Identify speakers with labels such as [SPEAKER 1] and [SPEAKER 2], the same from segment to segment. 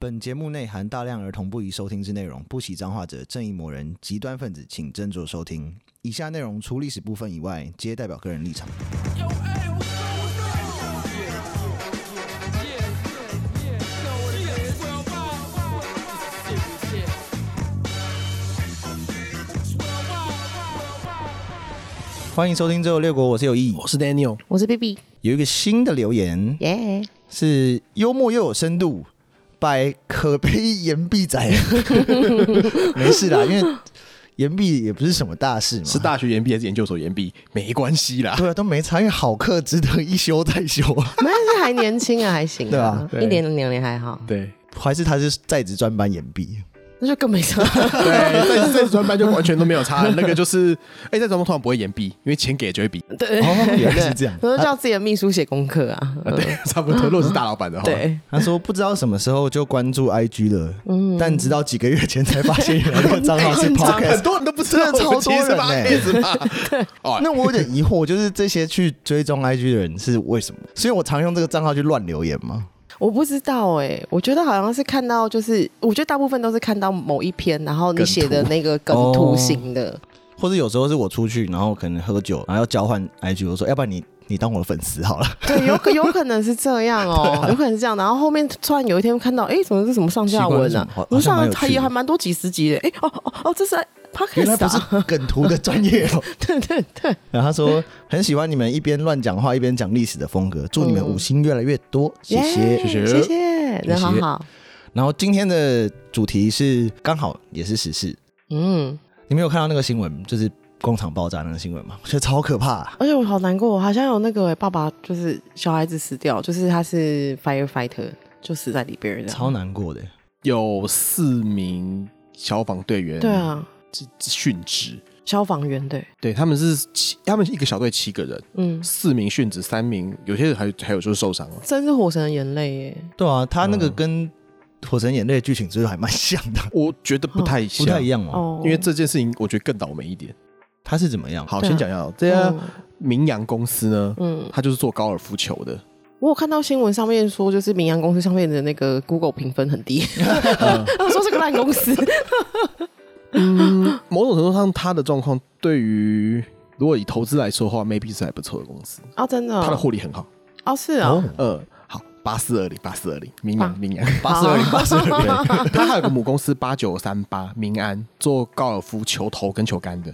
[SPEAKER 1] 本节目内含大量儿童不宜收听之内容，不喜脏话者、正义魔人、极端分子，请斟酌收听。以下内容除历史部分以外，皆代表个人立场。欢迎收听《周游列国》，我是有意。
[SPEAKER 2] 我是 Daniel，
[SPEAKER 3] 我是 B B，
[SPEAKER 1] 有一个新的留言
[SPEAKER 3] 耶！
[SPEAKER 1] 是幽默又有深度，百可悲岩壁仔。没事啦，因为岩壁也不是什么大事嘛。
[SPEAKER 2] 是大学研毕还是研究所研毕？没关 系啦，
[SPEAKER 1] 对啊，都没差，因为好课值得一修再修啊。
[SPEAKER 3] 但是还年轻啊，还行
[SPEAKER 1] 对
[SPEAKER 3] 啊
[SPEAKER 1] 啊，
[SPEAKER 2] 对
[SPEAKER 3] 一年两年还好，
[SPEAKER 2] 对
[SPEAKER 1] 还是他是在职专班岩壁，
[SPEAKER 3] 那就更没差。
[SPEAKER 2] 对，哎在在专班就完全都没有差，那个就是，哎、在专班通常不会研毕，因为钱给了就会毕，
[SPEAKER 3] 对，
[SPEAKER 1] 哦，原来是这样。
[SPEAKER 3] 我就叫自己的秘书写功课啊。
[SPEAKER 2] 啊对，差不多。如果是大老板的话，，
[SPEAKER 3] 对，
[SPEAKER 1] 他说不知道什么时候就关注 IG 了，但直到几个月前才发现原来这个账号是 Podcast
[SPEAKER 2] 很。多人都不知道
[SPEAKER 1] 真的超多人欸
[SPEAKER 2] 呢、是吧？对，哦，
[SPEAKER 1] 那我有点疑惑，就是这些去追踪 IG 的人是为什么？所以我常用这个账号去乱留言吗？
[SPEAKER 3] 我不知道哎、我觉得好像是看到，就是我觉得大部分都是看到某一篇，然后你写的那个梗
[SPEAKER 1] 哦
[SPEAKER 3] 图型的，
[SPEAKER 1] 或者有时候是我出去，然后可能喝酒，然后要交换 IG，我说要不然你你当我的粉丝 好了。
[SPEAKER 3] 对，有可有可能是这 样哦、
[SPEAKER 1] 啊
[SPEAKER 3] 有可能是这样。然后后面突然有一天看到，哎、怎么是什么上下文
[SPEAKER 1] 奇怪
[SPEAKER 3] 啊
[SPEAKER 1] 为什么好？
[SPEAKER 3] 我
[SPEAKER 1] 好像蛮有
[SPEAKER 3] 上
[SPEAKER 1] 趣的
[SPEAKER 3] 还也还蛮多几十集的，哎、哦哦哦，这是 podcast 啊，
[SPEAKER 1] 梗图的专业哦。
[SPEAKER 3] 对对对，
[SPEAKER 1] 然后他说很喜欢你们一边乱讲话一边讲历史的风格，祝你们五星越来越 多，谢
[SPEAKER 3] 耶
[SPEAKER 1] 谢。
[SPEAKER 2] 谢谢
[SPEAKER 3] 谢谢，人好
[SPEAKER 1] 谢谢
[SPEAKER 3] 好，
[SPEAKER 1] 然后今天的主题是刚好也是时事，
[SPEAKER 3] 嗯。
[SPEAKER 1] 你们有看到那个新闻，就是工厂爆炸那个新闻吗？我觉得超可怕、
[SPEAKER 3] 而且我好难过，我好像有那个、欸、爸爸，就是小孩子死掉，就是他是 firefighter，就死在里边的。
[SPEAKER 1] 超难过的。
[SPEAKER 2] 有四名消防队员，
[SPEAKER 3] 对，啊，
[SPEAKER 2] 殉职，
[SPEAKER 3] 消防员对，
[SPEAKER 2] 对他们是七，他们一个小队七个人，
[SPEAKER 3] 嗯，
[SPEAKER 2] 四名殉职，三名有些人还还有就是受伤了。
[SPEAKER 3] 真是火神的眼泪耶。
[SPEAKER 1] 对啊，他那个跟《火神眼泪》的剧情就是还蛮像的，
[SPEAKER 2] 我觉得不 太
[SPEAKER 1] 不
[SPEAKER 2] 像，
[SPEAKER 1] 太一样哦。
[SPEAKER 3] 哦，
[SPEAKER 2] 因为这件事情我觉得更倒霉一点。
[SPEAKER 1] 他是怎么样？
[SPEAKER 2] 好，
[SPEAKER 3] 对啊
[SPEAKER 2] 先讲一下哦这家
[SPEAKER 3] 嗯
[SPEAKER 2] 名扬公司呢，
[SPEAKER 3] 嗯，
[SPEAKER 2] 它就是做高尔夫球的，
[SPEAKER 3] 我有看到新闻上面说，就是明阳公司上面的那个 Google 评分很低， 我说是个烂公司。
[SPEAKER 1] 嗯
[SPEAKER 2] 某种程度上，它的状况对于如果以投资来说的话，maybe 是还不错的公司，
[SPEAKER 3] 哦，真的
[SPEAKER 2] 它的
[SPEAKER 3] 哦，
[SPEAKER 2] 获利很好。
[SPEAKER 3] 哦是啊，
[SPEAKER 2] 呃，好，八四二零，八四二零，名
[SPEAKER 3] 啊
[SPEAKER 2] 扬，名扬，
[SPEAKER 1] 八四二零八四二 零，
[SPEAKER 2] 对，它还有个母公司八九三八民安，做高尔夫球头跟球杆的，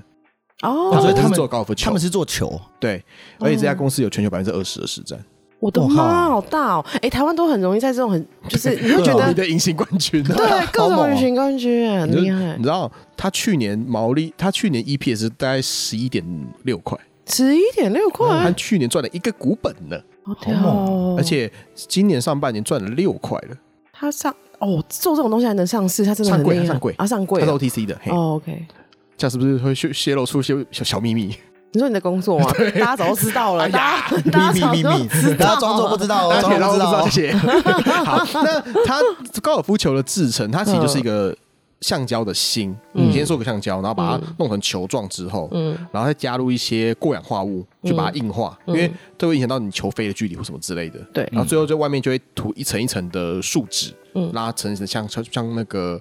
[SPEAKER 1] 哦所以
[SPEAKER 3] 哦，
[SPEAKER 1] 他们
[SPEAKER 2] 是做高尔夫球，
[SPEAKER 1] 他们是做球，
[SPEAKER 2] 对，而且这家公司有全球百分之二十的实战，
[SPEAKER 3] 我的妈，好大哦！哎，台湾都很容易在这种很，就是你会觉
[SPEAKER 1] 对啊
[SPEAKER 2] 你
[SPEAKER 3] 得
[SPEAKER 2] 的隐形冠军啊。
[SPEAKER 3] 对各
[SPEAKER 1] 好猛
[SPEAKER 3] 种
[SPEAKER 1] 哦
[SPEAKER 3] 旅行冠军 很
[SPEAKER 2] 你就
[SPEAKER 3] 厉害
[SPEAKER 2] 你，知道他去年毛利，他去年 EPS 大概十一点六块，
[SPEAKER 3] 十一点六
[SPEAKER 2] 他
[SPEAKER 3] 块，
[SPEAKER 2] 去年赚了一个股本呢，
[SPEAKER 3] 好
[SPEAKER 1] 好猛
[SPEAKER 3] 嗯哦
[SPEAKER 2] 而且今年上半年赚了六块了，
[SPEAKER 3] 他上哦，做这种东西还能上市，他真的很厉害。
[SPEAKER 2] 上柜
[SPEAKER 3] 啊，上柜
[SPEAKER 2] 他是
[SPEAKER 3] 哦
[SPEAKER 2] OTC 的，嘿，
[SPEAKER 3] 哦，OK。
[SPEAKER 2] 这样是不是会泄泄露出一些小小秘密？
[SPEAKER 3] 你说你的工作吗？大家早就知道了，大家大
[SPEAKER 1] 秘
[SPEAKER 3] 家早
[SPEAKER 1] 密秘
[SPEAKER 3] 就
[SPEAKER 1] 密，
[SPEAKER 3] 知
[SPEAKER 1] 大家
[SPEAKER 3] 道了，
[SPEAKER 1] 装作不知道哦，
[SPEAKER 2] 大家
[SPEAKER 1] 装
[SPEAKER 2] 可以让
[SPEAKER 1] 作
[SPEAKER 2] 我
[SPEAKER 1] 不
[SPEAKER 2] 知
[SPEAKER 1] 知道
[SPEAKER 2] 道，
[SPEAKER 1] 哦
[SPEAKER 2] 谢。谢。好，那它高尔夫球的制成，它其实就是一个橡胶的芯，
[SPEAKER 3] 嗯
[SPEAKER 2] 你先做个橡胶，然后把它弄成球状之后，
[SPEAKER 3] 嗯
[SPEAKER 2] 然后再加入一些过氧化物，就把它硬化，因
[SPEAKER 3] 嗯
[SPEAKER 2] 为这会影响到你球飞的距离或什么之类的。
[SPEAKER 3] 对
[SPEAKER 2] 然后最后在外面就会涂一层一层的树脂，
[SPEAKER 3] 嗯
[SPEAKER 2] 拉成一层像像像那个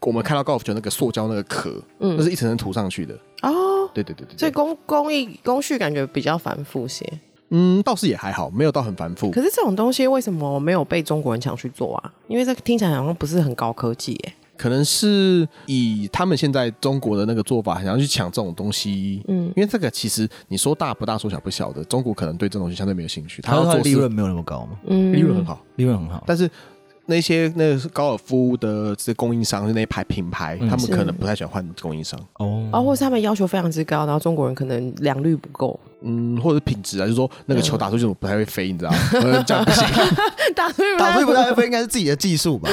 [SPEAKER 2] 我们看到高尔夫球那个塑胶那个壳，
[SPEAKER 3] 嗯
[SPEAKER 2] 那是一层层涂上去的。
[SPEAKER 3] 哦。
[SPEAKER 2] 对对对对
[SPEAKER 3] 所
[SPEAKER 2] 对，
[SPEAKER 3] 以工工艺工序感觉比较繁复些，
[SPEAKER 2] 嗯，倒是也还好，没有到很繁复
[SPEAKER 3] 可。是这种东西为什么没有被中国人抢去做啊？因为这听起来好像不是很高科技耶。
[SPEAKER 2] 可能是以他们现在中国的那个做法，想要去抢这种东西，嗯，因为这个其实你说大不大，说小不小的，中国可能对这种东西相对没有兴趣，
[SPEAKER 1] 他
[SPEAKER 2] 要
[SPEAKER 1] 说他
[SPEAKER 2] 做
[SPEAKER 1] 的利
[SPEAKER 2] 是
[SPEAKER 1] 润没有那么高吗？
[SPEAKER 3] 嗯
[SPEAKER 2] 利润很好，
[SPEAKER 1] 利润很好，
[SPEAKER 2] 但是那些那个高尔夫的这供应商那一排品牌，
[SPEAKER 1] 嗯
[SPEAKER 2] 他们可能不太喜欢换供应商，
[SPEAKER 3] 哦，
[SPEAKER 1] 哦，
[SPEAKER 3] 或是他们要求非常之高，然后中国人可能良率不够，
[SPEAKER 2] 嗯，或者品质啊，就是说那个球打出去怎么不太会飞，你知道吗？呃这样不行，
[SPEAKER 3] 打对
[SPEAKER 1] 打退不打分应该是自己的技术吧？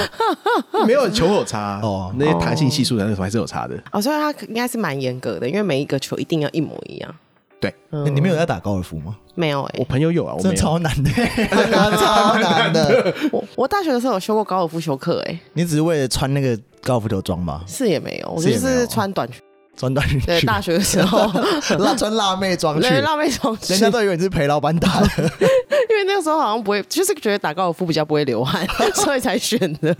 [SPEAKER 2] 没有球有差
[SPEAKER 1] 哦
[SPEAKER 2] 哦，那些弹性系数那个还是有差的。
[SPEAKER 3] 哦，所以他应该是蛮严格的，因为每一个球一定要一模一样。
[SPEAKER 2] 对，
[SPEAKER 3] 嗯
[SPEAKER 1] 哎你们有在打高尔夫吗？
[SPEAKER 3] 没有哎、
[SPEAKER 2] 我朋友有啊，我
[SPEAKER 1] 真
[SPEAKER 2] 没
[SPEAKER 1] 的
[SPEAKER 2] 有。
[SPEAKER 1] 超难的， 超难的。
[SPEAKER 3] 我我大学的时候有修过高尔夫球课，哎，
[SPEAKER 1] 你只是为了穿那个高尔夫球装吧？
[SPEAKER 3] 是也没有，我
[SPEAKER 1] 是也
[SPEAKER 3] 就
[SPEAKER 1] 没有
[SPEAKER 3] 是穿短裙。
[SPEAKER 1] 穿短裙
[SPEAKER 3] 对
[SPEAKER 1] 去，
[SPEAKER 3] 大学的时候，
[SPEAKER 1] 辣穿辣妹装去，
[SPEAKER 3] 对辣妹装去，
[SPEAKER 1] 人家都以为你是陪老板打的。
[SPEAKER 3] 因为那个时候好像不会，就是觉得打高尔夫比较不会 流汗，所以才选的。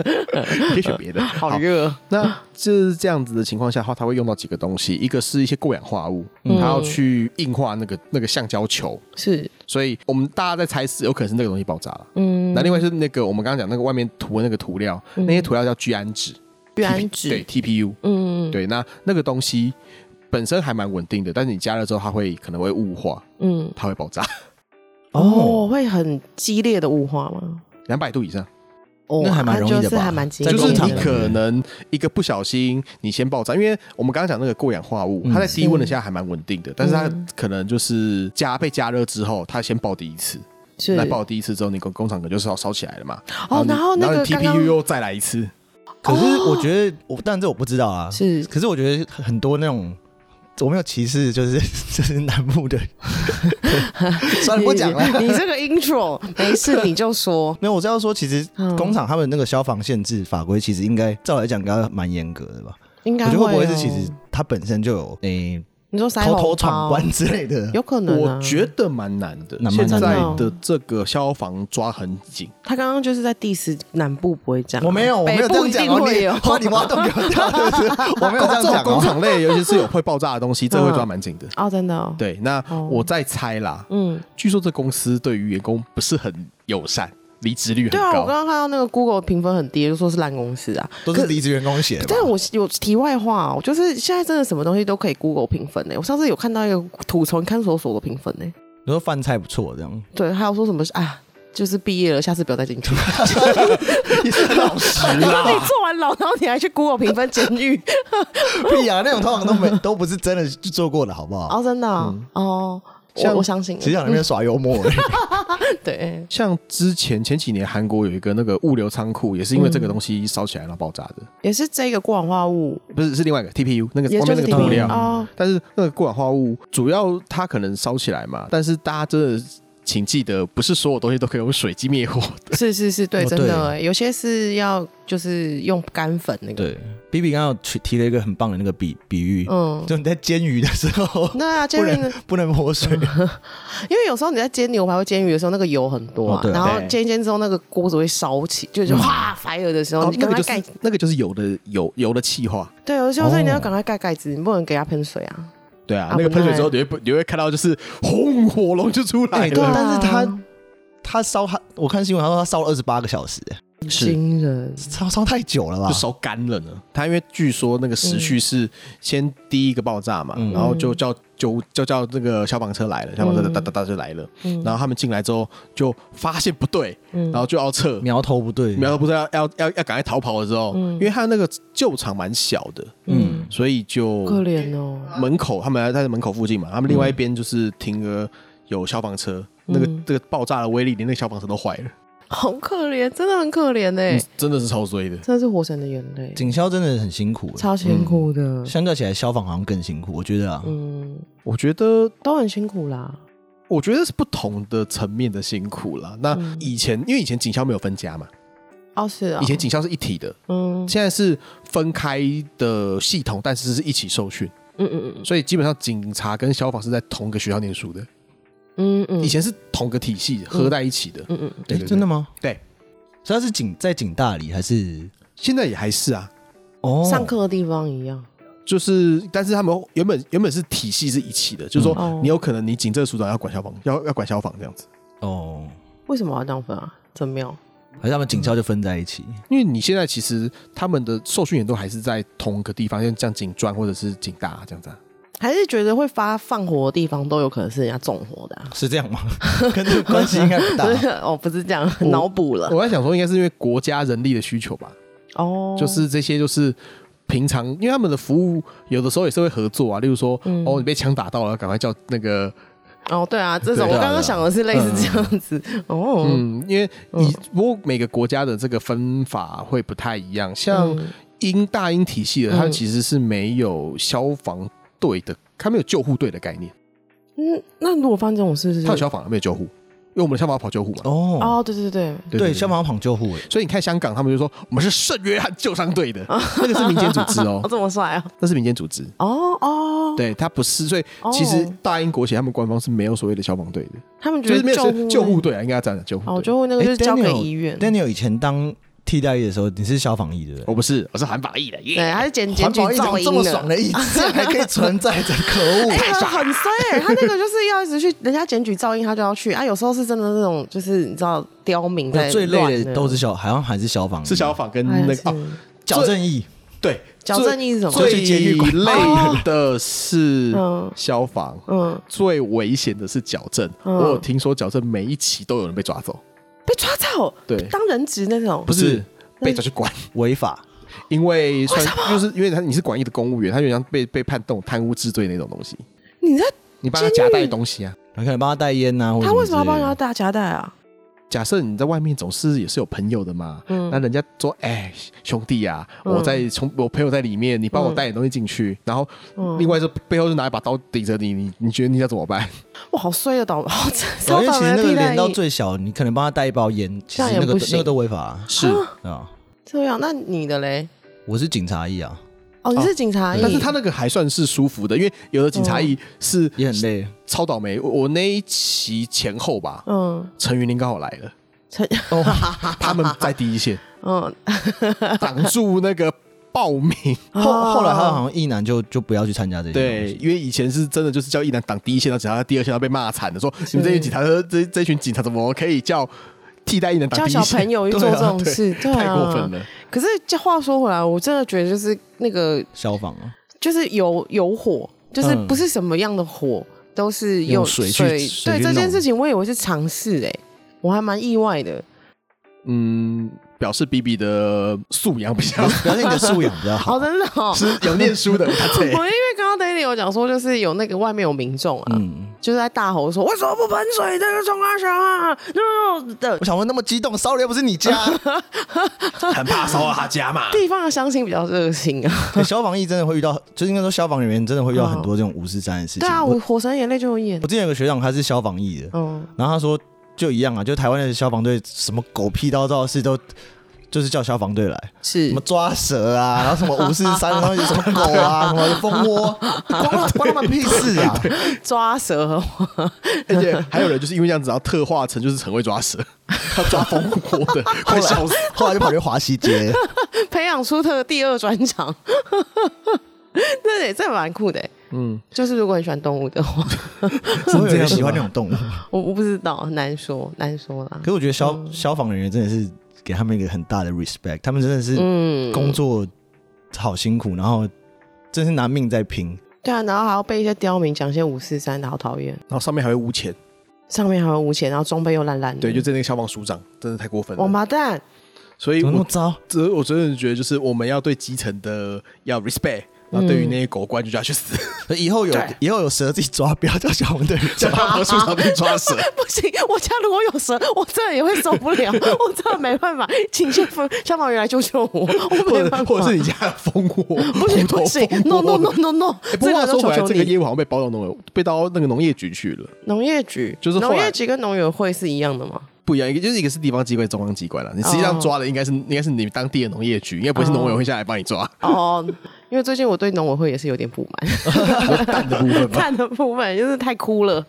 [SPEAKER 2] 别选别的。
[SPEAKER 3] 好热，
[SPEAKER 2] 那就是这样子的情况下的话，它会用到几个东西，一个是一些过氧化物，
[SPEAKER 3] 嗯
[SPEAKER 2] 它要去硬化那个那个橡胶球，
[SPEAKER 3] 是，
[SPEAKER 2] 所以我们大家在猜是有可能是那个东西爆炸了。
[SPEAKER 3] 嗯，
[SPEAKER 2] 那另外是那个我们刚刚讲那个外面涂的那个涂料，那些涂料叫聚氨酯，
[SPEAKER 3] 聚氨
[SPEAKER 2] 对
[SPEAKER 3] 酯，
[SPEAKER 2] TPU，
[SPEAKER 3] 嗯
[SPEAKER 2] 对，那那个东西本身还蛮稳定的，但是你加了之后，它会可能会雾化，
[SPEAKER 3] 嗯，
[SPEAKER 2] 它会爆炸，
[SPEAKER 3] 哦，，会很激烈的雾化吗？
[SPEAKER 2] 两百度以上，
[SPEAKER 3] 哦
[SPEAKER 1] 那还蛮容易的吧
[SPEAKER 3] 就是还蛮激
[SPEAKER 1] 在
[SPEAKER 3] 烈
[SPEAKER 2] 就
[SPEAKER 3] 的，
[SPEAKER 2] 是
[SPEAKER 1] 工厂
[SPEAKER 2] 你可能一个不小心，你先爆炸，因为我们刚刚讲那个过氧化物，
[SPEAKER 1] 嗯
[SPEAKER 2] 它在低温的下还蛮稳定的，但是它可能就是加被加热之后，它先爆第一次，
[SPEAKER 3] 是
[SPEAKER 2] 那爆第一次之后，你工工厂可能就是烧烧起来了嘛，
[SPEAKER 3] 哦，然后
[SPEAKER 2] 你
[SPEAKER 3] 那
[SPEAKER 2] 然后
[SPEAKER 3] 个
[SPEAKER 2] 你
[SPEAKER 3] 刚刚
[SPEAKER 2] TPU 又再来一次，
[SPEAKER 1] 可是我觉得我，但这我不知道啊。
[SPEAKER 3] 是
[SPEAKER 1] 可是我觉得很多那种。我没有歧视，就是 就是南部 的， 算了，不讲了。
[SPEAKER 3] 你这 个 intro 没事你就说，
[SPEAKER 1] 没有，我是要说，其实
[SPEAKER 3] 嗯
[SPEAKER 1] 工厂他们那个消防限制法规，其实应该照来讲，应该蛮严格的吧？
[SPEAKER 3] 应该
[SPEAKER 1] 我觉得会不会
[SPEAKER 3] 哦
[SPEAKER 1] 是其实它本身就有诶、
[SPEAKER 3] 你说塞
[SPEAKER 1] 偷
[SPEAKER 3] 红
[SPEAKER 1] 偷
[SPEAKER 3] 包
[SPEAKER 1] 闯关之类的？
[SPEAKER 3] 有可能啊？
[SPEAKER 2] 我觉得蛮难的，
[SPEAKER 1] 蛮
[SPEAKER 2] 现
[SPEAKER 1] 难的
[SPEAKER 2] 在的这个消防抓很紧，
[SPEAKER 3] 他刚刚就是在 diss 南部不会这样啊，
[SPEAKER 1] 我没有，我没有这样讲
[SPEAKER 3] 北部
[SPEAKER 1] 哦，
[SPEAKER 3] 一定
[SPEAKER 1] 你
[SPEAKER 3] 会有
[SPEAKER 1] 哇，你挖洞给我跳，是不是？我没有这样
[SPEAKER 2] 这种
[SPEAKER 1] 讲
[SPEAKER 2] 工
[SPEAKER 1] 哦。
[SPEAKER 2] 厂类，尤其是有会爆炸的东西，这会抓蛮紧的。
[SPEAKER 3] 哦，真的嗯哦，
[SPEAKER 2] 对，那我在猜啦，
[SPEAKER 3] 嗯，
[SPEAKER 2] 据说这公司对于员工不是很友善，离职率很
[SPEAKER 3] 对啊，我
[SPEAKER 2] 高。
[SPEAKER 3] 刚刚看到那个 Google 评分很低，就说是烂公司啊。
[SPEAKER 1] 都是离职员工写的吧
[SPEAKER 3] 但我有题外话、哦，就是现在真的什么东西都可以 Google 评分呢、欸我上次有看到一个吐槽看守所的评分呢、欸
[SPEAKER 1] 你说饭菜不错，这样
[SPEAKER 3] 对，还有说什么啊，就是毕业了，下次不要再进 去。
[SPEAKER 1] 你是老啊实
[SPEAKER 3] 然 后你做完牢，然后你还去 Google 评分监狱，
[SPEAKER 1] 屁啊！那种通常都没都不是真的去做过的，好不好？
[SPEAKER 3] 哦，真的啊哦，我
[SPEAKER 2] 像
[SPEAKER 3] 我相信了，
[SPEAKER 1] 只想那边耍幽默而已。
[SPEAKER 3] 对，
[SPEAKER 2] 像之前前几年韩国有一个那个物流仓库，也是因为这个东西烧起来然后爆炸的，
[SPEAKER 3] 也是这个过氧化物，
[SPEAKER 2] 不是是另外一个 TPU 那个
[SPEAKER 3] 也
[SPEAKER 2] 外
[SPEAKER 3] 就
[SPEAKER 2] 面那
[SPEAKER 3] 是
[SPEAKER 2] 个
[SPEAKER 3] TPU
[SPEAKER 2] 涂料。
[SPEAKER 3] 哦，
[SPEAKER 2] 但是那个过氧化物主要它可能烧起来嘛，但是大家真的请记得，不是所有东西都可以用水机灭火的。
[SPEAKER 3] 是是是，对，
[SPEAKER 1] 哦
[SPEAKER 3] 真的、欸
[SPEAKER 1] 对
[SPEAKER 3] 有些是要就是用干粉那个，
[SPEAKER 1] 对，B B 刚刚有提提了一个很棒的那个比比喻，
[SPEAKER 3] 嗯，
[SPEAKER 1] 就你在煎鱼的时候
[SPEAKER 3] 对啊，煎
[SPEAKER 1] 不
[SPEAKER 3] 鱼
[SPEAKER 1] 能
[SPEAKER 3] 呢，
[SPEAKER 1] 不能泼水，
[SPEAKER 3] 因为有时候你在煎牛排或煎鱼的时候，那个油很多啊，
[SPEAKER 1] 哦对啊
[SPEAKER 3] 然后
[SPEAKER 2] 对
[SPEAKER 3] 煎一煎之后，那个锅子会烧起，就是哗 fire 的时候，
[SPEAKER 2] 哦
[SPEAKER 3] 你
[SPEAKER 2] 那
[SPEAKER 3] 赶
[SPEAKER 2] 个
[SPEAKER 3] 快
[SPEAKER 2] 就
[SPEAKER 3] 盖
[SPEAKER 2] 是，那个就是油的油油的气化，
[SPEAKER 3] 对，有时候所以你要
[SPEAKER 1] 哦
[SPEAKER 3] 赶快盖盖子，你不能给它喷水啊，
[SPEAKER 2] 对啊
[SPEAKER 3] 啊，
[SPEAKER 2] 那个喷水
[SPEAKER 3] 不
[SPEAKER 2] 之后，你会不你会看到就是红火龙就出来
[SPEAKER 1] 哎
[SPEAKER 2] 了
[SPEAKER 1] 对。
[SPEAKER 3] 啊
[SPEAKER 1] 但是它他烧他，我看新闻他说他烧了二十八个小时，
[SPEAKER 3] 惊人，
[SPEAKER 1] 烧烧太久了吧
[SPEAKER 2] 就？烧干了呢。它啊因为据说那个时序是先第一个爆炸嘛，
[SPEAKER 1] 嗯
[SPEAKER 2] 然后就叫就就叫那个消防车来了，消防车哒哒哒哒就来了，
[SPEAKER 3] 嗯
[SPEAKER 2] 然后他们进来之后就发现不对，
[SPEAKER 3] 嗯
[SPEAKER 2] 然后就要撤。
[SPEAKER 1] 苗头不对，
[SPEAKER 2] 苗头不是要要要要赶快逃跑的时候，
[SPEAKER 3] 嗯
[SPEAKER 2] 因为他那个救场蛮小的，
[SPEAKER 1] 嗯
[SPEAKER 2] 所以就
[SPEAKER 3] 可怜哦，
[SPEAKER 2] 门口他们还在门口附近嘛，他们另外一边就是停了有消防车，那个这个爆炸的威力连那个消防车都坏了，
[SPEAKER 3] 好可怜，真的很可怜哎、
[SPEAKER 2] 嗯真的是超衰的。
[SPEAKER 3] 真的是火神的眼泪，
[SPEAKER 1] 警消真的很辛苦，欸
[SPEAKER 3] 超辛苦的，
[SPEAKER 1] 相较起来消防好像更辛苦，我觉得啊，
[SPEAKER 3] 嗯，
[SPEAKER 2] 我觉得
[SPEAKER 3] 都很辛苦啦，
[SPEAKER 2] 我觉得是不同的层面的辛苦啦。那
[SPEAKER 3] 嗯
[SPEAKER 2] 以前，因为以前警校没有分家嘛，
[SPEAKER 3] 哦是啊，
[SPEAKER 2] 以前警校是一体的，
[SPEAKER 3] 嗯
[SPEAKER 2] 现在是分开的系统，但是是一起受训，
[SPEAKER 3] 嗯嗯嗯
[SPEAKER 2] 所以基本上警察跟消防是在同个学校念书的，
[SPEAKER 3] 嗯嗯，
[SPEAKER 2] 以前是同个体系合在一起的。
[SPEAKER 3] 嗯嗯嗯
[SPEAKER 1] 诶
[SPEAKER 2] 对对对
[SPEAKER 1] 真的吗？
[SPEAKER 2] 对，
[SPEAKER 1] 所以他是警在警大里还是
[SPEAKER 2] 现在也还是啊，
[SPEAKER 1] 哦
[SPEAKER 3] 上课的地方一样，
[SPEAKER 2] 就是但是他们原本原本是体系是一起的，就是
[SPEAKER 3] 嗯哦
[SPEAKER 2] 说你有可能你警政署长要管消防，要要管消防这样子，
[SPEAKER 1] 哦，
[SPEAKER 3] 为什么要这样分啊？怎么样？
[SPEAKER 1] 还是他们警消就分在一起？
[SPEAKER 2] 因为你现在其实他们的受训也都还是在同个地方，像像警专或者是警大这样子啊、
[SPEAKER 3] 还是觉得会发放火的地方都有可能是人家纵火的、啊。
[SPEAKER 1] 是这样 吗？跟这个关系应该不大
[SPEAKER 3] 不。是 哦，不是这样，
[SPEAKER 2] 啊我
[SPEAKER 3] 脑补了
[SPEAKER 2] 我在想说，应该是因为国家人力的需求吧，
[SPEAKER 3] 哦，
[SPEAKER 2] 就是这些就是平常，因为他们的服务有的时候也是会合作啊，例如说，
[SPEAKER 3] 嗯
[SPEAKER 2] 哦，你被枪打到了，赶快叫那个，
[SPEAKER 3] 哦，对啊，这种
[SPEAKER 1] 对啊
[SPEAKER 3] 我刚刚想的是类似这样子哦，
[SPEAKER 2] 嗯，因为
[SPEAKER 3] 嗯
[SPEAKER 2] 你、不过每个国家的这个分法会不太一样，像
[SPEAKER 3] 嗯
[SPEAKER 2] 英大英体系的，它
[SPEAKER 3] 嗯
[SPEAKER 2] 其实是没有消防队的，它没有救护队的概念，
[SPEAKER 3] 嗯，那如果发生这种事是
[SPEAKER 2] 它有消防，没有救护。为我们的消防要跑救护嘛。
[SPEAKER 1] 哦，
[SPEAKER 3] 哦，对对对，
[SPEAKER 2] 对对
[SPEAKER 1] 对，
[SPEAKER 2] 对
[SPEAKER 1] 消防跑救护，欸
[SPEAKER 2] 所以你看香港，他们就说我们是圣约翰救伤队的，那个是民间组织
[SPEAKER 3] 哦
[SPEAKER 2] 哦，
[SPEAKER 3] 这么帅啊，
[SPEAKER 2] 那是民间组织。
[SPEAKER 3] 哦哦，
[SPEAKER 2] 对，他不是，所以
[SPEAKER 3] 哦
[SPEAKER 2] 其实大英国协他们官方是没有所谓的消防队的，
[SPEAKER 3] 他们
[SPEAKER 2] 就
[SPEAKER 3] 觉
[SPEAKER 2] 是没
[SPEAKER 3] 得
[SPEAKER 2] 有是救
[SPEAKER 3] 救
[SPEAKER 2] 护哎
[SPEAKER 3] 护
[SPEAKER 2] 队啊，应该要这样讲救护队。
[SPEAKER 3] 哦，救护那个就是交给医院，
[SPEAKER 1] Daniel 以前当替代役的时候，你是消防役对不对？
[SPEAKER 2] 我不是，我是韩法义的，耶
[SPEAKER 3] 对，啊他是检检
[SPEAKER 1] 环
[SPEAKER 3] 举
[SPEAKER 1] 保哦役怎么这
[SPEAKER 3] 噪音
[SPEAKER 1] 么爽的意志还可以存在着？可 恶！
[SPEAKER 3] 哎呀，很衰、欸，他那个就是要一直去人家检举噪音，他就要去啊。有时候是真的那种，就是你知道刁民在
[SPEAKER 1] 那最累
[SPEAKER 3] 乱
[SPEAKER 1] 的都是消，好像还是消防役，
[SPEAKER 2] 是消防跟
[SPEAKER 3] 哎呀
[SPEAKER 2] 那
[SPEAKER 3] 是
[SPEAKER 2] 个哦，
[SPEAKER 1] 矫正役。
[SPEAKER 2] 对，
[SPEAKER 3] 矫正意是什么？
[SPEAKER 2] 最
[SPEAKER 1] 就去监狱管
[SPEAKER 2] 累的是
[SPEAKER 3] 哦嗯
[SPEAKER 2] 消防，
[SPEAKER 3] 嗯，
[SPEAKER 2] 最危险的是矫正。
[SPEAKER 3] 嗯
[SPEAKER 2] 我有听说矫正每一期都有人被抓走，
[SPEAKER 3] 被抓走，
[SPEAKER 2] 对
[SPEAKER 3] 当人质那种，
[SPEAKER 2] 不是
[SPEAKER 3] 那
[SPEAKER 2] 被抓去管，
[SPEAKER 1] 违法
[SPEAKER 2] 因为算就是因为他你是管役的公务员，他有点像被被判动贪污治罪那种东西，
[SPEAKER 3] 你在
[SPEAKER 2] 你帮他
[SPEAKER 3] 监
[SPEAKER 2] 夹
[SPEAKER 3] 狱
[SPEAKER 2] 带东西啊。
[SPEAKER 1] 你可能帮他带烟啊呐，或者
[SPEAKER 3] 他为什么要
[SPEAKER 1] 之类
[SPEAKER 3] 帮
[SPEAKER 1] 的
[SPEAKER 3] 人家打夹带啊？
[SPEAKER 2] 假设你在外面总是也是有朋友的嘛，
[SPEAKER 3] 嗯
[SPEAKER 2] 那人家说，哎、兄弟啊，
[SPEAKER 3] 嗯
[SPEAKER 2] 我在从我朋友在里面，你帮我带点东西进去，然后
[SPEAKER 3] 嗯
[SPEAKER 2] 另外是背后就拿一把刀抵着你，你你觉得你要怎么办？
[SPEAKER 3] 哇，好衰的倒，好
[SPEAKER 1] 对
[SPEAKER 3] 超
[SPEAKER 1] 因为
[SPEAKER 3] 倒
[SPEAKER 1] 其实
[SPEAKER 3] 霉
[SPEAKER 1] 那
[SPEAKER 3] 的
[SPEAKER 1] 个
[SPEAKER 3] 替
[SPEAKER 1] 连
[SPEAKER 3] 代
[SPEAKER 1] 到
[SPEAKER 3] 役。
[SPEAKER 1] 最小，你可能帮他带一包烟，其实
[SPEAKER 3] 这样也
[SPEAKER 1] 那个
[SPEAKER 3] 不
[SPEAKER 1] 都
[SPEAKER 3] 行
[SPEAKER 1] 那个都违法啊，
[SPEAKER 2] 是
[SPEAKER 1] 对啊。
[SPEAKER 3] 这样，那你的嘞？
[SPEAKER 1] 我是警察役啊，
[SPEAKER 3] 哦，你是警察役，
[SPEAKER 2] 但是他那个还算是舒服的，因为有的警察役是
[SPEAKER 1] 也很累
[SPEAKER 2] 超倒霉。我我那一期前后吧，
[SPEAKER 3] 嗯，
[SPEAKER 2] 陈云林刚好来了，
[SPEAKER 3] 陈
[SPEAKER 1] 哦。
[SPEAKER 2] 他们在第一线
[SPEAKER 3] 嗯，
[SPEAKER 2] 挡住那个暴民。
[SPEAKER 1] 后
[SPEAKER 3] 啊哦
[SPEAKER 1] 后来他好像一男就就不要去参加这些东
[SPEAKER 2] 对，
[SPEAKER 1] 西，
[SPEAKER 2] 因为以前是真的就是叫一男挡第一线，然后警察在第二线，他被骂惨的，说你们这群警察，这这群警察怎么可以叫替代一男挡
[SPEAKER 3] 教
[SPEAKER 2] 第一
[SPEAKER 3] 小
[SPEAKER 2] 线？
[SPEAKER 3] 朋友去
[SPEAKER 2] 对
[SPEAKER 3] 做
[SPEAKER 2] 啊
[SPEAKER 3] 这种
[SPEAKER 2] 对
[SPEAKER 3] 事，对啊，
[SPEAKER 2] 太过分。了。
[SPEAKER 3] 可是这话说回来，我真的觉得就是那个
[SPEAKER 1] 消防啊，
[SPEAKER 3] 就是有有火，就是
[SPEAKER 1] 嗯
[SPEAKER 3] 不是什么样的火，都是
[SPEAKER 1] 用
[SPEAKER 3] 水
[SPEAKER 1] 水去水
[SPEAKER 3] 对
[SPEAKER 1] 去
[SPEAKER 3] 这件
[SPEAKER 1] 弄
[SPEAKER 3] 事情，我以为是尝试哎，我还蛮意外的。
[SPEAKER 2] 嗯，表示比比的素养 比较，
[SPEAKER 1] 表示你的素养比较好。
[SPEAKER 3] 好真的哦
[SPEAKER 2] 是有念书的，他这
[SPEAKER 3] 我因为刚刚 Danny 有讲说，就是有那个外面有民众啊，
[SPEAKER 1] 嗯，
[SPEAKER 3] 就是在大吼说为什么不喷水？这个冲阿翔啊，no 的
[SPEAKER 1] 我想问，那么激动，烧的又不是你家，
[SPEAKER 2] 很怕烧到他家 嘛。
[SPEAKER 3] 地方的乡亲比较热心啊。
[SPEAKER 1] 对消防役真的会遇到，就是应该说消防人员真的会遇到很多这种五四三的事情。
[SPEAKER 3] 对啊，
[SPEAKER 1] 我
[SPEAKER 3] 我火神眼泪就有演
[SPEAKER 1] 我，之前有个学长，他是消防役的，
[SPEAKER 3] 嗯，
[SPEAKER 1] 然后他说就一样啊，就台湾的消防队什么狗屁叨叨的事都。就是叫消防队来，
[SPEAKER 3] 是
[SPEAKER 1] 什么抓蛇啊，然后什么五四三，然后有什么狗啊，什么蜂窝，关他关他们屁事啊！
[SPEAKER 3] 抓蛇，哦
[SPEAKER 2] 而且还有人就是因为这样子，然后特化成就是很会抓蛇，他抓风火的，快笑死！
[SPEAKER 1] 后来就跑去华西街，
[SPEAKER 3] 培养出他的第二专长。 对，这蛮酷的欸。
[SPEAKER 2] 嗯，
[SPEAKER 3] 就是如果你喜欢动物的话，
[SPEAKER 1] 怎么有人喜欢那种动物？
[SPEAKER 3] 我我不知道，很难说，难说啦
[SPEAKER 1] 可。是我觉得消、消防人员真的是给他们一个很大的 respect，他们真的是
[SPEAKER 3] 嗯，
[SPEAKER 1] 工作好辛苦，然后真是拿命在拼。
[SPEAKER 3] 对啊，然后还要被一些刁民讲一些五四三的，好讨厌。
[SPEAKER 2] 然后上面还会污钱，
[SPEAKER 3] 上面还有无钱，然后装备又烂烂的，
[SPEAKER 2] 对，就在那个消防署长，真的太过分
[SPEAKER 3] 王
[SPEAKER 2] 了。
[SPEAKER 3] 八蛋。
[SPEAKER 2] 所以
[SPEAKER 1] 怎么那么
[SPEAKER 2] 我
[SPEAKER 1] 糟？
[SPEAKER 2] 这我真的觉得就是我们要对基层的要 respect，然后对
[SPEAKER 3] 嗯
[SPEAKER 2] 于那些狗官就叫他去 死，
[SPEAKER 1] 所以以后有
[SPEAKER 3] 对
[SPEAKER 1] 以后有蛇自己抓，不要叫消防队员抓
[SPEAKER 2] 叫。他去上面抓 蛇。
[SPEAKER 3] 不行，我家如果有蛇，我真的也会受 不了，我真的没办法，请消防消防员来救救我，我
[SPEAKER 2] 或
[SPEAKER 3] 没
[SPEAKER 2] 者
[SPEAKER 3] 办法。
[SPEAKER 2] 或者是你家的烽火，
[SPEAKER 3] 不
[SPEAKER 2] 不
[SPEAKER 3] 行不行，no no no no no，
[SPEAKER 2] 哎，不过
[SPEAKER 3] 这个
[SPEAKER 2] 话
[SPEAKER 3] 要
[SPEAKER 2] 说
[SPEAKER 3] 求
[SPEAKER 2] 回来，
[SPEAKER 3] 求
[SPEAKER 2] 这个
[SPEAKER 3] 你。
[SPEAKER 2] 业务好像被包到农业，被到那个农业局去了，
[SPEAKER 3] 农业局
[SPEAKER 2] 就是后
[SPEAKER 3] 农
[SPEAKER 2] 来
[SPEAKER 3] 业局跟农委会是一样的吗？
[SPEAKER 2] 不一样，一个就是一个是地方机关，中央机关了。你实际上
[SPEAKER 3] 哦
[SPEAKER 2] 抓的应该是应该是你当地的农业局，应该不会是农委会下来帮你抓。
[SPEAKER 3] 哦，因为最近我对农委会也是有点不满，
[SPEAKER 2] 蛋的部 分吧。
[SPEAKER 3] 看的部分就是太哭了，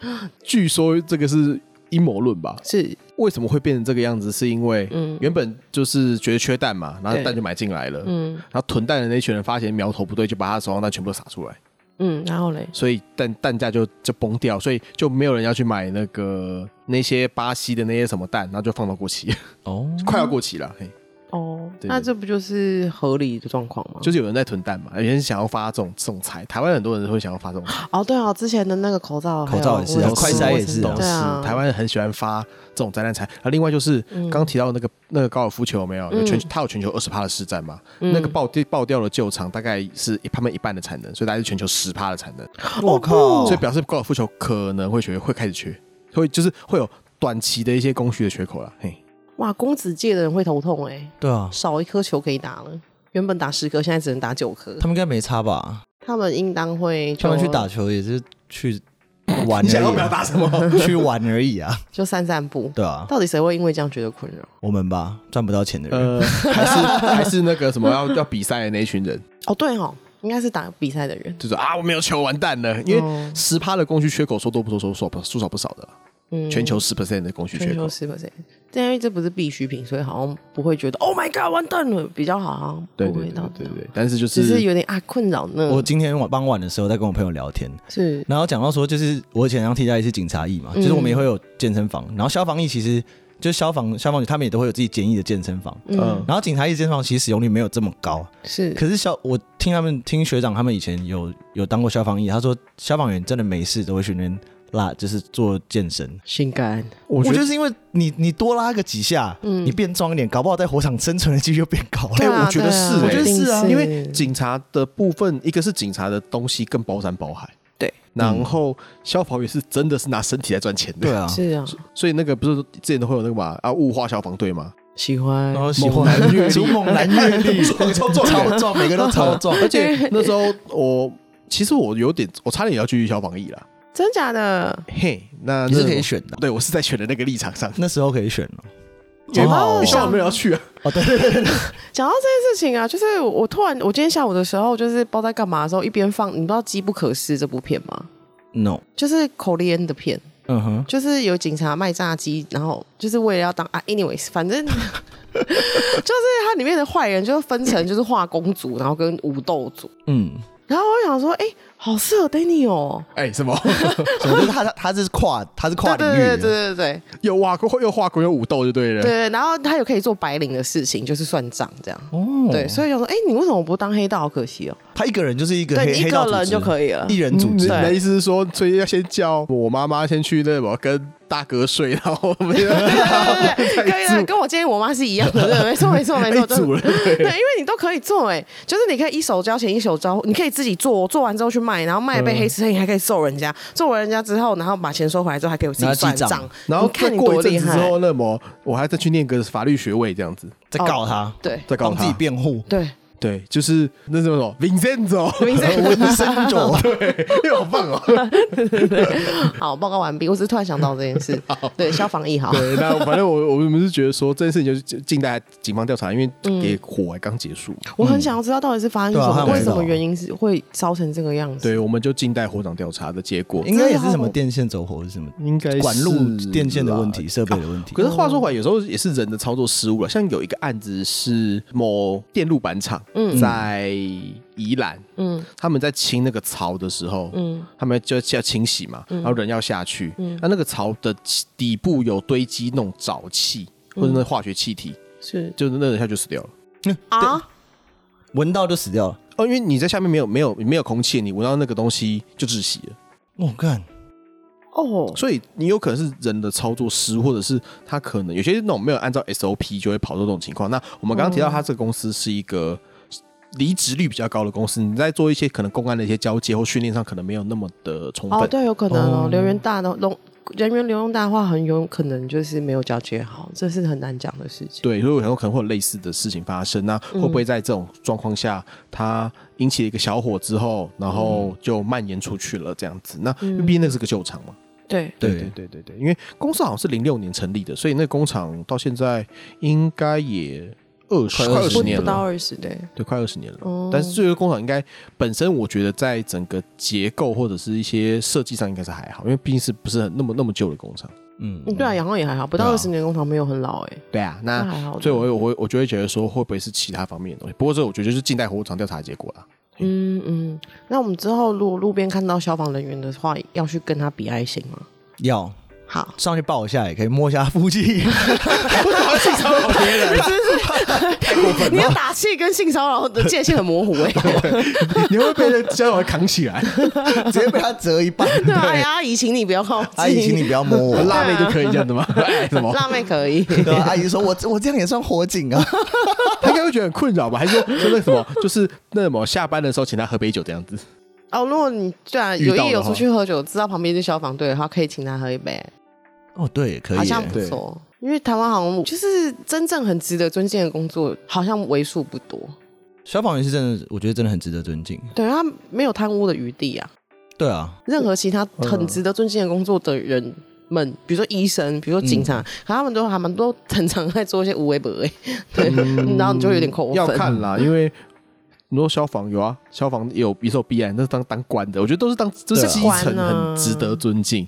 [SPEAKER 2] 据说这个是阴谋论吧？
[SPEAKER 3] 是
[SPEAKER 2] 为什么会变成这个样子？是因为
[SPEAKER 3] 嗯
[SPEAKER 2] 原本就是觉得缺蛋嘛，然后
[SPEAKER 3] 对
[SPEAKER 2] 蛋就买进来了，
[SPEAKER 3] 嗯
[SPEAKER 2] 然后囤蛋的那群人发现苗头不对，就把他手上蛋全部都撒出来，
[SPEAKER 3] 嗯，然后嘞，
[SPEAKER 2] 所以蛋蛋价就就崩掉，所以就没有人要去买那个那些巴西的那些什么蛋，然后就放到过期，
[SPEAKER 1] 哦，
[SPEAKER 2] 快要过期了。嘿，
[SPEAKER 3] 哦，
[SPEAKER 2] 对
[SPEAKER 3] 那这不就是合理的状况吗？
[SPEAKER 2] 就是有人在囤蛋嘛，有些人想要发这种这种财，台湾很多人会想要发这种菜。
[SPEAKER 3] 哦，对哦，之前的那个口罩还有，
[SPEAKER 1] 口罩也是啊
[SPEAKER 3] 我
[SPEAKER 1] 快筛也是啊
[SPEAKER 3] 我对啊，
[SPEAKER 2] 台湾人很喜欢发这种灾难财。然后另外就是
[SPEAKER 3] 嗯
[SPEAKER 2] 刚刚提到那个那个高尔夫球有没有？有全它有全球二十趴的市占嘛？
[SPEAKER 3] 嗯
[SPEAKER 2] 那个爆掉爆掉的旧厂大概是他们一半的产能，所以大概是全球十趴的产能，
[SPEAKER 1] 我
[SPEAKER 3] 哦
[SPEAKER 1] 靠！
[SPEAKER 2] 所以表示高尔夫球可能会缺，会开始缺，会就是会有短期的一些供需的缺口了。嘿，
[SPEAKER 3] 哇，公子界的人会头痛哎、
[SPEAKER 1] 对啊，
[SPEAKER 3] 少一颗球可以打了。原本打十颗，现在只能打九颗
[SPEAKER 1] 他。们应该没差吧？
[SPEAKER 3] 他们应当会就
[SPEAKER 1] 他们去打球也是去玩
[SPEAKER 2] 你想要
[SPEAKER 1] 而已
[SPEAKER 2] 表
[SPEAKER 1] 啊，
[SPEAKER 2] 达什么？
[SPEAKER 1] 去玩而已啊，
[SPEAKER 3] 就散散步。
[SPEAKER 1] 对啊，
[SPEAKER 3] 到底谁会因为这样觉得困扰？
[SPEAKER 1] 我们吧，赚不到钱的人，
[SPEAKER 2] 呃，还是还是那个什么要要比赛的那一群人，
[SPEAKER 3] 哦，对哦，应该是打比赛的人。
[SPEAKER 2] 就是啊，我没有球，完蛋了。因为
[SPEAKER 3] 哦
[SPEAKER 2] 十趴的供需缺口，说多不多，说少不说少不少的，
[SPEAKER 3] 嗯，
[SPEAKER 2] 全球十 percent 的供需缺
[SPEAKER 3] 全
[SPEAKER 2] 口
[SPEAKER 3] 球。十 percent，但因为这不是必需品，所以好像不会觉得 Oh my God，完蛋了，比较好，像
[SPEAKER 2] 对
[SPEAKER 3] 不
[SPEAKER 2] 对
[SPEAKER 3] 会
[SPEAKER 2] 对
[SPEAKER 3] 到
[SPEAKER 2] 对
[SPEAKER 3] 这
[SPEAKER 2] 对
[SPEAKER 3] 样，
[SPEAKER 2] 对，但是就
[SPEAKER 3] 只是
[SPEAKER 2] 是
[SPEAKER 3] 有点啊困扰呢。
[SPEAKER 1] 我今天晚傍晚的时候在跟我朋友聊天，
[SPEAKER 3] 是
[SPEAKER 1] 然后讲到说，就是我以前当替代役是警察役
[SPEAKER 2] 嗯
[SPEAKER 1] 嘛，就是我们也会有健身房，然后消防役其实就是消防消防局他们也都会有自己简易的健身房，
[SPEAKER 2] 嗯
[SPEAKER 3] 嗯
[SPEAKER 1] 然后警察役健身房其实使用率没有这么高，
[SPEAKER 3] 是
[SPEAKER 1] 可是消我听他们听学长他们以前有有当过消防役，他说消防员真的没事都会去那边拉，就是做健身。
[SPEAKER 3] 性感，
[SPEAKER 2] 我
[SPEAKER 1] 我觉
[SPEAKER 2] 觉
[SPEAKER 1] 得
[SPEAKER 2] 得
[SPEAKER 1] 是因为你你多拉个几下，
[SPEAKER 3] 嗯
[SPEAKER 1] 你变壮一点，搞不好在火场生存的几率就变高了。
[SPEAKER 3] 对啊
[SPEAKER 2] 我觉得是
[SPEAKER 3] 对
[SPEAKER 2] 我觉得
[SPEAKER 3] 一定
[SPEAKER 2] 是啊，
[SPEAKER 3] 是
[SPEAKER 2] 因为警察的部分，一个是警察的东西更包山包海，
[SPEAKER 3] 对，
[SPEAKER 2] 然后消防员是真的是拿身体在赚钱的，
[SPEAKER 1] 对啊，
[SPEAKER 3] 是啊，
[SPEAKER 2] 所以那个不是说之前都会有那个嘛啊雾化消防队嘛，
[SPEAKER 3] 喜欢
[SPEAKER 1] 然后喜欢
[SPEAKER 2] 猛男阅历，
[SPEAKER 1] 逐猛男阅 历，
[SPEAKER 2] 超超壮的
[SPEAKER 1] 超壮，每个都超 壮，
[SPEAKER 2] 而且那时候我其实我有点，我差点也要去消防役了。
[SPEAKER 3] 真假的，
[SPEAKER 2] 嘿，那
[SPEAKER 1] 你
[SPEAKER 2] 那
[SPEAKER 1] 是
[SPEAKER 2] 种
[SPEAKER 1] 可以选的。
[SPEAKER 2] 对我是在选的那个立场上，
[SPEAKER 1] 那时候可以选哦了，好
[SPEAKER 3] 有吗
[SPEAKER 1] 好
[SPEAKER 2] 因
[SPEAKER 1] 哦
[SPEAKER 2] 为消防没有要去啊。
[SPEAKER 1] 哦，对对对对，
[SPEAKER 3] 讲到这件事情啊，就是我突然，我今天下午的时候，就是不知道在干嘛的时候，一边放，你不知道《机不可失》这部片吗？
[SPEAKER 1] no，
[SPEAKER 3] 就是口烟的片，
[SPEAKER 1] 嗯哼，
[SPEAKER 3] 就是有警察卖炸鸡，然后就是为了要当啊，anyways，反正 就是它里面的坏人就分成就是化工组，然后跟武斗组。
[SPEAKER 1] 嗯，
[SPEAKER 3] 然后我想说，哎、好适合 Danny 哦，
[SPEAKER 2] 哎，什么
[SPEAKER 1] 总之他他他是跨他是跨
[SPEAKER 3] 对
[SPEAKER 1] 领
[SPEAKER 3] 对
[SPEAKER 1] 域啊
[SPEAKER 3] 对对
[SPEAKER 1] 的，
[SPEAKER 3] 对对对
[SPEAKER 2] 又挖过又画过又武斗就对了。
[SPEAKER 3] 对，然后他有可以做白领的事情，就是算账这样。
[SPEAKER 1] 哦，
[SPEAKER 3] 对，所以想说，哎、你为什么不当黑道？好可惜哦，
[SPEAKER 1] 他一个人就是一个
[SPEAKER 3] 对，
[SPEAKER 1] 黑
[SPEAKER 3] 你一
[SPEAKER 1] 黑道
[SPEAKER 3] 个
[SPEAKER 1] 组
[SPEAKER 3] 人
[SPEAKER 1] 织
[SPEAKER 3] 就可以了。
[SPEAKER 1] 一人组
[SPEAKER 2] 嗯，你
[SPEAKER 1] 织，
[SPEAKER 2] 的意思是说，所以要先叫我妈妈先去那什么跟大哥睡，然后我们 然后
[SPEAKER 3] 对对对，可以的，跟我建议我妈是一样的，对，没错没错没错，
[SPEAKER 2] 一组了。
[SPEAKER 3] 对， 因为你都可以做哎、就是你可以一手交钱一手交，你可以自己做，做完之后去卖，然后卖被黑吃黑，你还可以揍人家，揍完人家之后，然后把钱收回来之后，还可以自己算
[SPEAKER 1] 然后记
[SPEAKER 3] 账
[SPEAKER 1] 账，
[SPEAKER 2] 然后
[SPEAKER 3] 你
[SPEAKER 2] 再
[SPEAKER 3] 看你
[SPEAKER 2] 过一
[SPEAKER 3] 多
[SPEAKER 2] 阵
[SPEAKER 3] 厉
[SPEAKER 2] 子
[SPEAKER 3] 害
[SPEAKER 2] 之，后，那么我还再去念个法律学位这样子，
[SPEAKER 1] 在告他，
[SPEAKER 3] 哦对
[SPEAKER 2] 再告
[SPEAKER 1] 帮自己
[SPEAKER 2] 他。
[SPEAKER 1] 辩 护，
[SPEAKER 3] 对，
[SPEAKER 2] 对，就是那什么 Vincenzo，
[SPEAKER 1] Vincenzo
[SPEAKER 2] 对，因为好棒哦。
[SPEAKER 3] 好，报告完毕，我只是突然想到这件事，对，消防一好，
[SPEAKER 2] 对，那反正我我们是觉得说这件事情就是近代警方调查，因为也火还刚结束嘛，
[SPEAKER 3] 我很想要知道到底是发生
[SPEAKER 1] 嗯
[SPEAKER 3] 什
[SPEAKER 1] 对啊
[SPEAKER 3] 么，
[SPEAKER 1] 我也
[SPEAKER 3] 为
[SPEAKER 1] 知道
[SPEAKER 3] 什么原因是会烧成这个样子？
[SPEAKER 2] 对，我们就近代火场调查的结果，
[SPEAKER 1] 应该也是什么电线走火是什么
[SPEAKER 2] 应该是
[SPEAKER 1] 管路电线的问题、
[SPEAKER 2] 啦。
[SPEAKER 1] 设备的问题
[SPEAKER 2] 可。是话说回来，有时候也是人的操作失误了。像有一个案子是某电路板厂，在宜兰，
[SPEAKER 3] 嗯
[SPEAKER 2] 他们在清那个槽的时候，
[SPEAKER 3] 嗯
[SPEAKER 2] 他们就要清洗嘛，然后人要下去，那那个槽的底部有堆积那种沼气
[SPEAKER 3] 嗯
[SPEAKER 2] 或者那化学气体，
[SPEAKER 3] 是
[SPEAKER 2] 就是那人下去就死掉了。
[SPEAKER 1] 嗯
[SPEAKER 3] 啊，
[SPEAKER 1] 闻到就死掉了。
[SPEAKER 2] 哦，因为你在下面没有没有没有空气，你闻到那个东西就窒息了，
[SPEAKER 1] 我干，
[SPEAKER 3] 哦，
[SPEAKER 2] 所以你有可能是人的操作失误，或者是他可能有些那种没有按照 SOP 就会跑出这种情况。那我们刚刚提到，他这个公司是一个离职率比较高的公司，你在做一些可能公安的一些交接或训练上，可能没有那么的充分。
[SPEAKER 3] 哦，对，有可能哦
[SPEAKER 1] 哦，
[SPEAKER 3] 留员大的龙人员流动大的话，很有可能就是没有交接好，这是很难讲的事情。
[SPEAKER 2] 对，所以我想说可能会有类似的事情发生。那
[SPEAKER 3] 嗯
[SPEAKER 2] 会不会在这种状况下，它引起了一个小火之后，然后
[SPEAKER 3] 嗯
[SPEAKER 2] 就蔓延出去了这样子？那因为毕竟那是个旧厂嘛。
[SPEAKER 3] 对，
[SPEAKER 1] 对
[SPEAKER 2] 对对对对，因为公司好像是零六年成立的，所以那工厂到现在应该也二十
[SPEAKER 1] 快
[SPEAKER 2] 快二
[SPEAKER 1] 20
[SPEAKER 2] 十
[SPEAKER 3] 不
[SPEAKER 2] 年
[SPEAKER 3] 不
[SPEAKER 2] 了，
[SPEAKER 3] 到二十对，
[SPEAKER 2] 对，快二十年了。
[SPEAKER 3] 哦
[SPEAKER 2] 但是这个工厂应该本身，我觉得在整个结构或者是一些设计上应该是还好，因为毕竟是不是很那么那么旧的工厂。
[SPEAKER 1] 嗯
[SPEAKER 3] 嗯对啊，，然后也还好，不
[SPEAKER 1] 对
[SPEAKER 3] 到
[SPEAKER 1] 啊
[SPEAKER 3] 二十年工厂没有很老哎，
[SPEAKER 2] 对啊，
[SPEAKER 3] 那
[SPEAKER 2] 那
[SPEAKER 3] 还好的。
[SPEAKER 2] 所以我会我会我就会觉得说，会不会是其他方面的东西？不过这我觉得就是近代火场调查的结果啦。
[SPEAKER 3] 嗯嗯，那我们之后如果路边看到消防人员的话，要去跟他比爱心吗？
[SPEAKER 1] 要
[SPEAKER 3] 好，
[SPEAKER 1] 上去抱一下，也可以摸一下腹 肌。我好像是超别人，
[SPEAKER 3] 你要打气跟性骚扰的界限很模糊 哎，
[SPEAKER 2] 你会被那交友扛起来，
[SPEAKER 1] 直接被他折一半。
[SPEAKER 3] 对啊，哎阿姨，请你不要靠近，
[SPEAKER 1] 阿姨，请你不要摸我。
[SPEAKER 2] 辣妹就可以这样的吗？哎什么？
[SPEAKER 3] 辣妹可以，
[SPEAKER 1] 对啊，阿姨说：“我我这样也算火警啊
[SPEAKER 2] 他应该会觉得很困扰吧？还是说说那什么，就是那什么，下班的时候请他喝杯酒这样子？
[SPEAKER 3] 哦，如果你对啊
[SPEAKER 2] 遇到
[SPEAKER 3] 有
[SPEAKER 2] 的
[SPEAKER 3] 意有
[SPEAKER 2] 话
[SPEAKER 3] 出去喝酒，知道旁边是消防队的话，可以请他喝一杯。！”
[SPEAKER 2] 哎
[SPEAKER 1] 哦，对，可
[SPEAKER 3] 好
[SPEAKER 1] 以耶。
[SPEAKER 3] 像不错。因为台湾好像就是真正很值得尊敬的工作，好像为数不多。
[SPEAKER 1] 消防员是真的，我觉得真的很值得尊敬。
[SPEAKER 3] 对他没有贪污的余地啊，
[SPEAKER 1] 对啊，
[SPEAKER 3] 任何其他很值得尊敬的工作的人们，比如说医生，比如说警
[SPEAKER 2] 嗯
[SPEAKER 3] 察，可他们都他们都很常在做一些无微不微， 对，然后你就会有点扣
[SPEAKER 2] 嗯要
[SPEAKER 3] 分。
[SPEAKER 2] 看啦，因为你说消防有啊，消防也有也是有弊案，那是当当官的，我觉得都是当这是
[SPEAKER 1] 对啊
[SPEAKER 2] 基层，
[SPEAKER 3] 官啊
[SPEAKER 2] 很值得尊敬。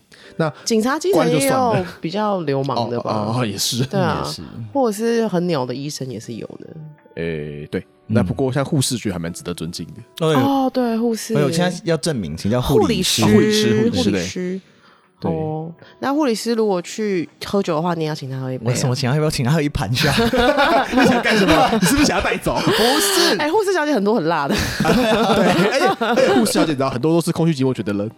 [SPEAKER 3] 警察基层
[SPEAKER 2] 关就
[SPEAKER 3] 也
[SPEAKER 2] 算了
[SPEAKER 3] 有比较流
[SPEAKER 2] 哦
[SPEAKER 3] 氓的吧，
[SPEAKER 2] 哦，也是，
[SPEAKER 3] 对啊
[SPEAKER 1] 也，是。
[SPEAKER 3] 或者是很鸟的医生也是有的。
[SPEAKER 2] 诶，对。那不过像护士觉得还蛮值得尊敬的，
[SPEAKER 1] 哦，有
[SPEAKER 3] 哦，对，护士，
[SPEAKER 1] 没有，现在要证明什么叫
[SPEAKER 3] 护
[SPEAKER 1] 理哎
[SPEAKER 3] 师，
[SPEAKER 2] 护理师护理师
[SPEAKER 3] 护理
[SPEAKER 2] 对
[SPEAKER 3] 师。
[SPEAKER 2] 对
[SPEAKER 3] 哦，那护理师如果去喝酒的话，你也要请他喝一杯、
[SPEAKER 1] 为什么
[SPEAKER 3] 啊。
[SPEAKER 1] 请他要不要请他喝一盘下？
[SPEAKER 2] 你想干什么？你是不是想要带走？不是，
[SPEAKER 3] 哎，护士小姐很多很辣的，
[SPEAKER 2] 对，而且而且护士小姐，你知道很多都是空虚寂寞觉得冷，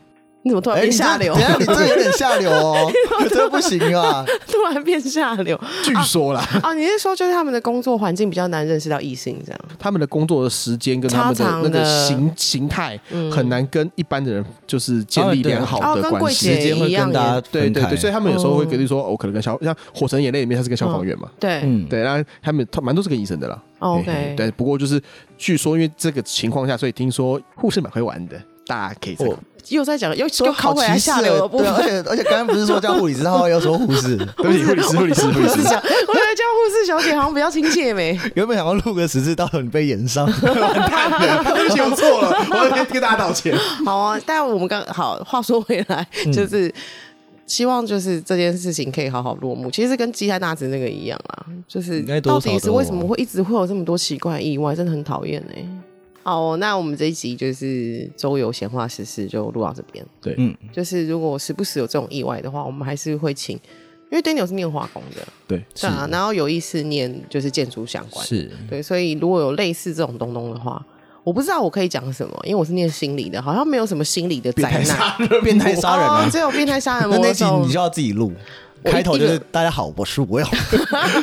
[SPEAKER 3] 你怎么突 然
[SPEAKER 1] 哎，
[SPEAKER 3] 变
[SPEAKER 1] 你这
[SPEAKER 3] 下流？
[SPEAKER 1] 等一下你这有点下流 哦，这不行啊！
[SPEAKER 3] 突然变下 流
[SPEAKER 2] 据说啦，
[SPEAKER 3] 啊！你是说就是他们的工作环境比较难认识到异性这样？
[SPEAKER 2] 他们的工作的时间跟他们
[SPEAKER 3] 超
[SPEAKER 2] 的
[SPEAKER 3] 长
[SPEAKER 2] 那个
[SPEAKER 3] 的
[SPEAKER 2] 形形态很难跟一般的人就是建立良好
[SPEAKER 3] 哦，
[SPEAKER 2] 的
[SPEAKER 3] 跟
[SPEAKER 2] 关
[SPEAKER 3] 柜
[SPEAKER 2] 系。
[SPEAKER 1] 时
[SPEAKER 3] 姐哦
[SPEAKER 1] 间会
[SPEAKER 3] 一样
[SPEAKER 1] 跟大家
[SPEAKER 3] 耶。
[SPEAKER 2] 对
[SPEAKER 1] 分
[SPEAKER 2] 对
[SPEAKER 1] 开
[SPEAKER 2] 对，所以他们有时候会跟你说，我哦可能跟消像《火神眼泪》里面他是跟消防员嘛，
[SPEAKER 3] 对
[SPEAKER 1] 嗯，
[SPEAKER 2] 对，那他们他蛮多是跟医生的啦。
[SPEAKER 3] 哦
[SPEAKER 2] 嘿嘿
[SPEAKER 3] ，OK，
[SPEAKER 2] 对，不过就是据说因为这个情况下，所以听说护士蛮会玩的，大家可以参考。
[SPEAKER 3] 又在讲又又
[SPEAKER 1] 好
[SPEAKER 3] 靠回来
[SPEAKER 1] 歧视哎
[SPEAKER 3] 下流的部
[SPEAKER 1] 对，而
[SPEAKER 3] 分。
[SPEAKER 1] 且而且刚刚不是说叫护理师，他后来又说护 士，
[SPEAKER 2] 对不起，护理师，护理师，护 理
[SPEAKER 3] 护士
[SPEAKER 2] 师，
[SPEAKER 3] 小，我觉得叫护士小姐好像比较亲切没？
[SPEAKER 1] 原本想要录个十字，到时候你被演 上，
[SPEAKER 2] 对不起，我错了，我要跟大家道歉。
[SPEAKER 3] 好啊，但我们刚好话说回来，
[SPEAKER 1] 嗯
[SPEAKER 3] 就是。希望就是这件事情可以好好落幕。其实跟基泰大子那个一样啊，就是
[SPEAKER 1] 应该多
[SPEAKER 3] 到
[SPEAKER 1] 少
[SPEAKER 3] 底是
[SPEAKER 1] 都
[SPEAKER 3] 为什么会一直会有这么多奇怪的意外，真的很讨厌哎。好哦、那我们这一集就是周游闲话实事就录到这边。
[SPEAKER 2] 对
[SPEAKER 1] 嗯
[SPEAKER 3] 就是如果时不时有这种意外的话，我们还是会请，因为 Daniel 是念化工的，
[SPEAKER 2] 对，
[SPEAKER 3] 对啊，然后有意是念就是建筑相关的，
[SPEAKER 1] 是
[SPEAKER 3] 对，所以如果有类似这种东东的话，我不知道我可以讲什么，因为我是念心理的，好像没有什么心理的灾难。
[SPEAKER 1] 变态杀人
[SPEAKER 3] 哦
[SPEAKER 1] 啊！
[SPEAKER 3] 只有变态杀人
[SPEAKER 1] 那
[SPEAKER 3] 魔
[SPEAKER 1] 那
[SPEAKER 3] 的
[SPEAKER 1] 集
[SPEAKER 3] 时候
[SPEAKER 1] 你就要自己录，
[SPEAKER 3] 我
[SPEAKER 1] 开头就是
[SPEAKER 3] 一个
[SPEAKER 1] 大家好，我是我要，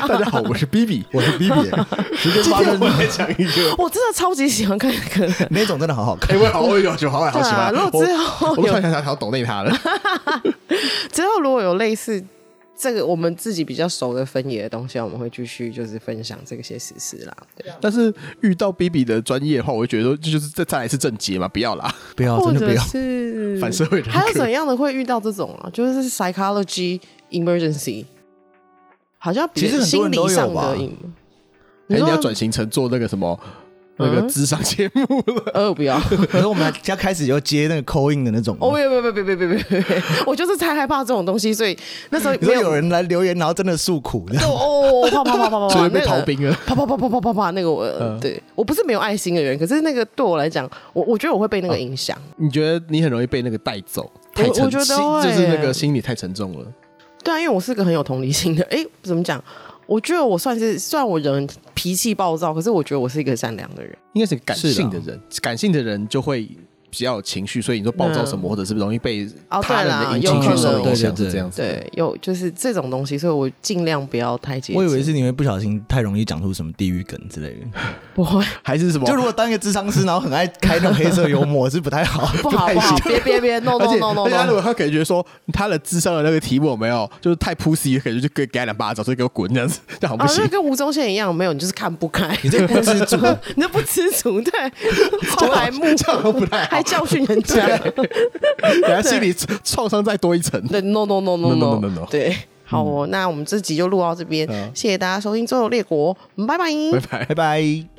[SPEAKER 2] 大家 好，我是 B B，
[SPEAKER 1] 我是 B B，时间
[SPEAKER 2] 今
[SPEAKER 1] 发
[SPEAKER 2] 天
[SPEAKER 1] 生
[SPEAKER 2] 我来讲一个，
[SPEAKER 3] 我真的超级喜欢看那个 人。
[SPEAKER 1] 那种真的好好看
[SPEAKER 2] 哎，。我也好，我也有有好，我也好喜欢。
[SPEAKER 3] 对啊如果之后
[SPEAKER 2] 我我突然想想想要懂内他了，
[SPEAKER 3] 之后如果有类似这个我们自己比较熟的分野的东西，我们会继续就是分享这个些实事啦。对，
[SPEAKER 2] 但是遇到 B B 的专业的话，我会觉得说这就是再再来一次正解嘛，不要啦，
[SPEAKER 1] 不要，
[SPEAKER 3] 或
[SPEAKER 1] 哦真的不
[SPEAKER 3] 者
[SPEAKER 1] 要。
[SPEAKER 3] 是
[SPEAKER 2] 反社会人
[SPEAKER 3] 嗯 还有
[SPEAKER 2] 格。哎
[SPEAKER 3] 怎样的会遇到这种啊？就是 psychology emergency，好像比
[SPEAKER 1] 其实很多
[SPEAKER 3] 心
[SPEAKER 1] 人
[SPEAKER 3] 理
[SPEAKER 1] 都有
[SPEAKER 3] 上
[SPEAKER 1] 吧
[SPEAKER 3] 的影。
[SPEAKER 2] 还是
[SPEAKER 3] 说
[SPEAKER 2] 你要转型成做那个什么那个
[SPEAKER 3] 嗯
[SPEAKER 2] 智商节目了？
[SPEAKER 3] 呃，不要。
[SPEAKER 1] 可是我们要开始就接那个扣印的那种。
[SPEAKER 3] 哦，别别别别别别别！ 我就是太害怕这种东西，所以那时候
[SPEAKER 1] 你
[SPEAKER 3] 没
[SPEAKER 1] 说有人来留言，然后真的诉苦这
[SPEAKER 3] 就
[SPEAKER 1] 样，
[SPEAKER 3] 哦，啪啪啪啪啪
[SPEAKER 2] 所
[SPEAKER 3] 啪，
[SPEAKER 2] 以被
[SPEAKER 3] 那
[SPEAKER 2] 逃
[SPEAKER 3] 个
[SPEAKER 2] 兵了。
[SPEAKER 3] 啪啪啪啪啪啪啪，那个我、呃对我不是没有爱心的人，可是那个对我来讲，我我觉得我会被那个影响。
[SPEAKER 2] 你觉得你很容易被那个带走，太沉
[SPEAKER 3] 我觉得
[SPEAKER 2] 心
[SPEAKER 3] 会
[SPEAKER 2] 就是那
[SPEAKER 3] 耶
[SPEAKER 2] 个心理太沉重了。
[SPEAKER 3] 对啊，因为我是个很有同理心的。诶，怎么讲？我觉得我算是，虽然我人脾气暴躁，可是我觉得我是一个善良的人。
[SPEAKER 2] 应该是感
[SPEAKER 1] 是的
[SPEAKER 2] 性的人，感性的人就会比较有情绪，所以你说暴躁什么，或者是容易被
[SPEAKER 3] 嗯哦
[SPEAKER 2] 他人
[SPEAKER 3] 对啦
[SPEAKER 2] 的影
[SPEAKER 3] 有
[SPEAKER 2] 情
[SPEAKER 3] 可
[SPEAKER 2] 绪受
[SPEAKER 3] 能
[SPEAKER 2] 影响，
[SPEAKER 1] 对对对
[SPEAKER 2] 是这样子。
[SPEAKER 3] 对，有就是这种东西，所以我尽量不要太接近。
[SPEAKER 1] 我以为是你会不小心太容易讲出什么地狱梗之类的。
[SPEAKER 3] 不会，
[SPEAKER 2] 还是什么？
[SPEAKER 1] 就如果当一个智商师，然后很爱开那种黑色幽默，是不太好。
[SPEAKER 3] 不好不好，别别别，no
[SPEAKER 2] 而
[SPEAKER 3] no
[SPEAKER 2] 且
[SPEAKER 3] no no
[SPEAKER 2] 而且他如
[SPEAKER 3] no。
[SPEAKER 2] 果他感觉说他的智商的那个题目有没有就是太 pussy，感觉就给给他两巴掌，所以给我滚这样子，这样好
[SPEAKER 3] 啊
[SPEAKER 2] 不，行
[SPEAKER 3] 那。跟吴宗宪一样，没有你就是看不开，
[SPEAKER 1] 你 这不 知足，
[SPEAKER 3] 你就不知足，对，超白目，
[SPEAKER 2] 这样不太好
[SPEAKER 3] 还教训人家，
[SPEAKER 2] 给他心理创伤再多一层。
[SPEAKER 3] 对，no no no no
[SPEAKER 2] No, no,
[SPEAKER 3] no
[SPEAKER 2] no, no, no.
[SPEAKER 3] 对，好哦，那我们这集就录到这边，谢谢大家收听《周游列国》，拜拜。
[SPEAKER 2] 拜拜
[SPEAKER 1] 拜。拜。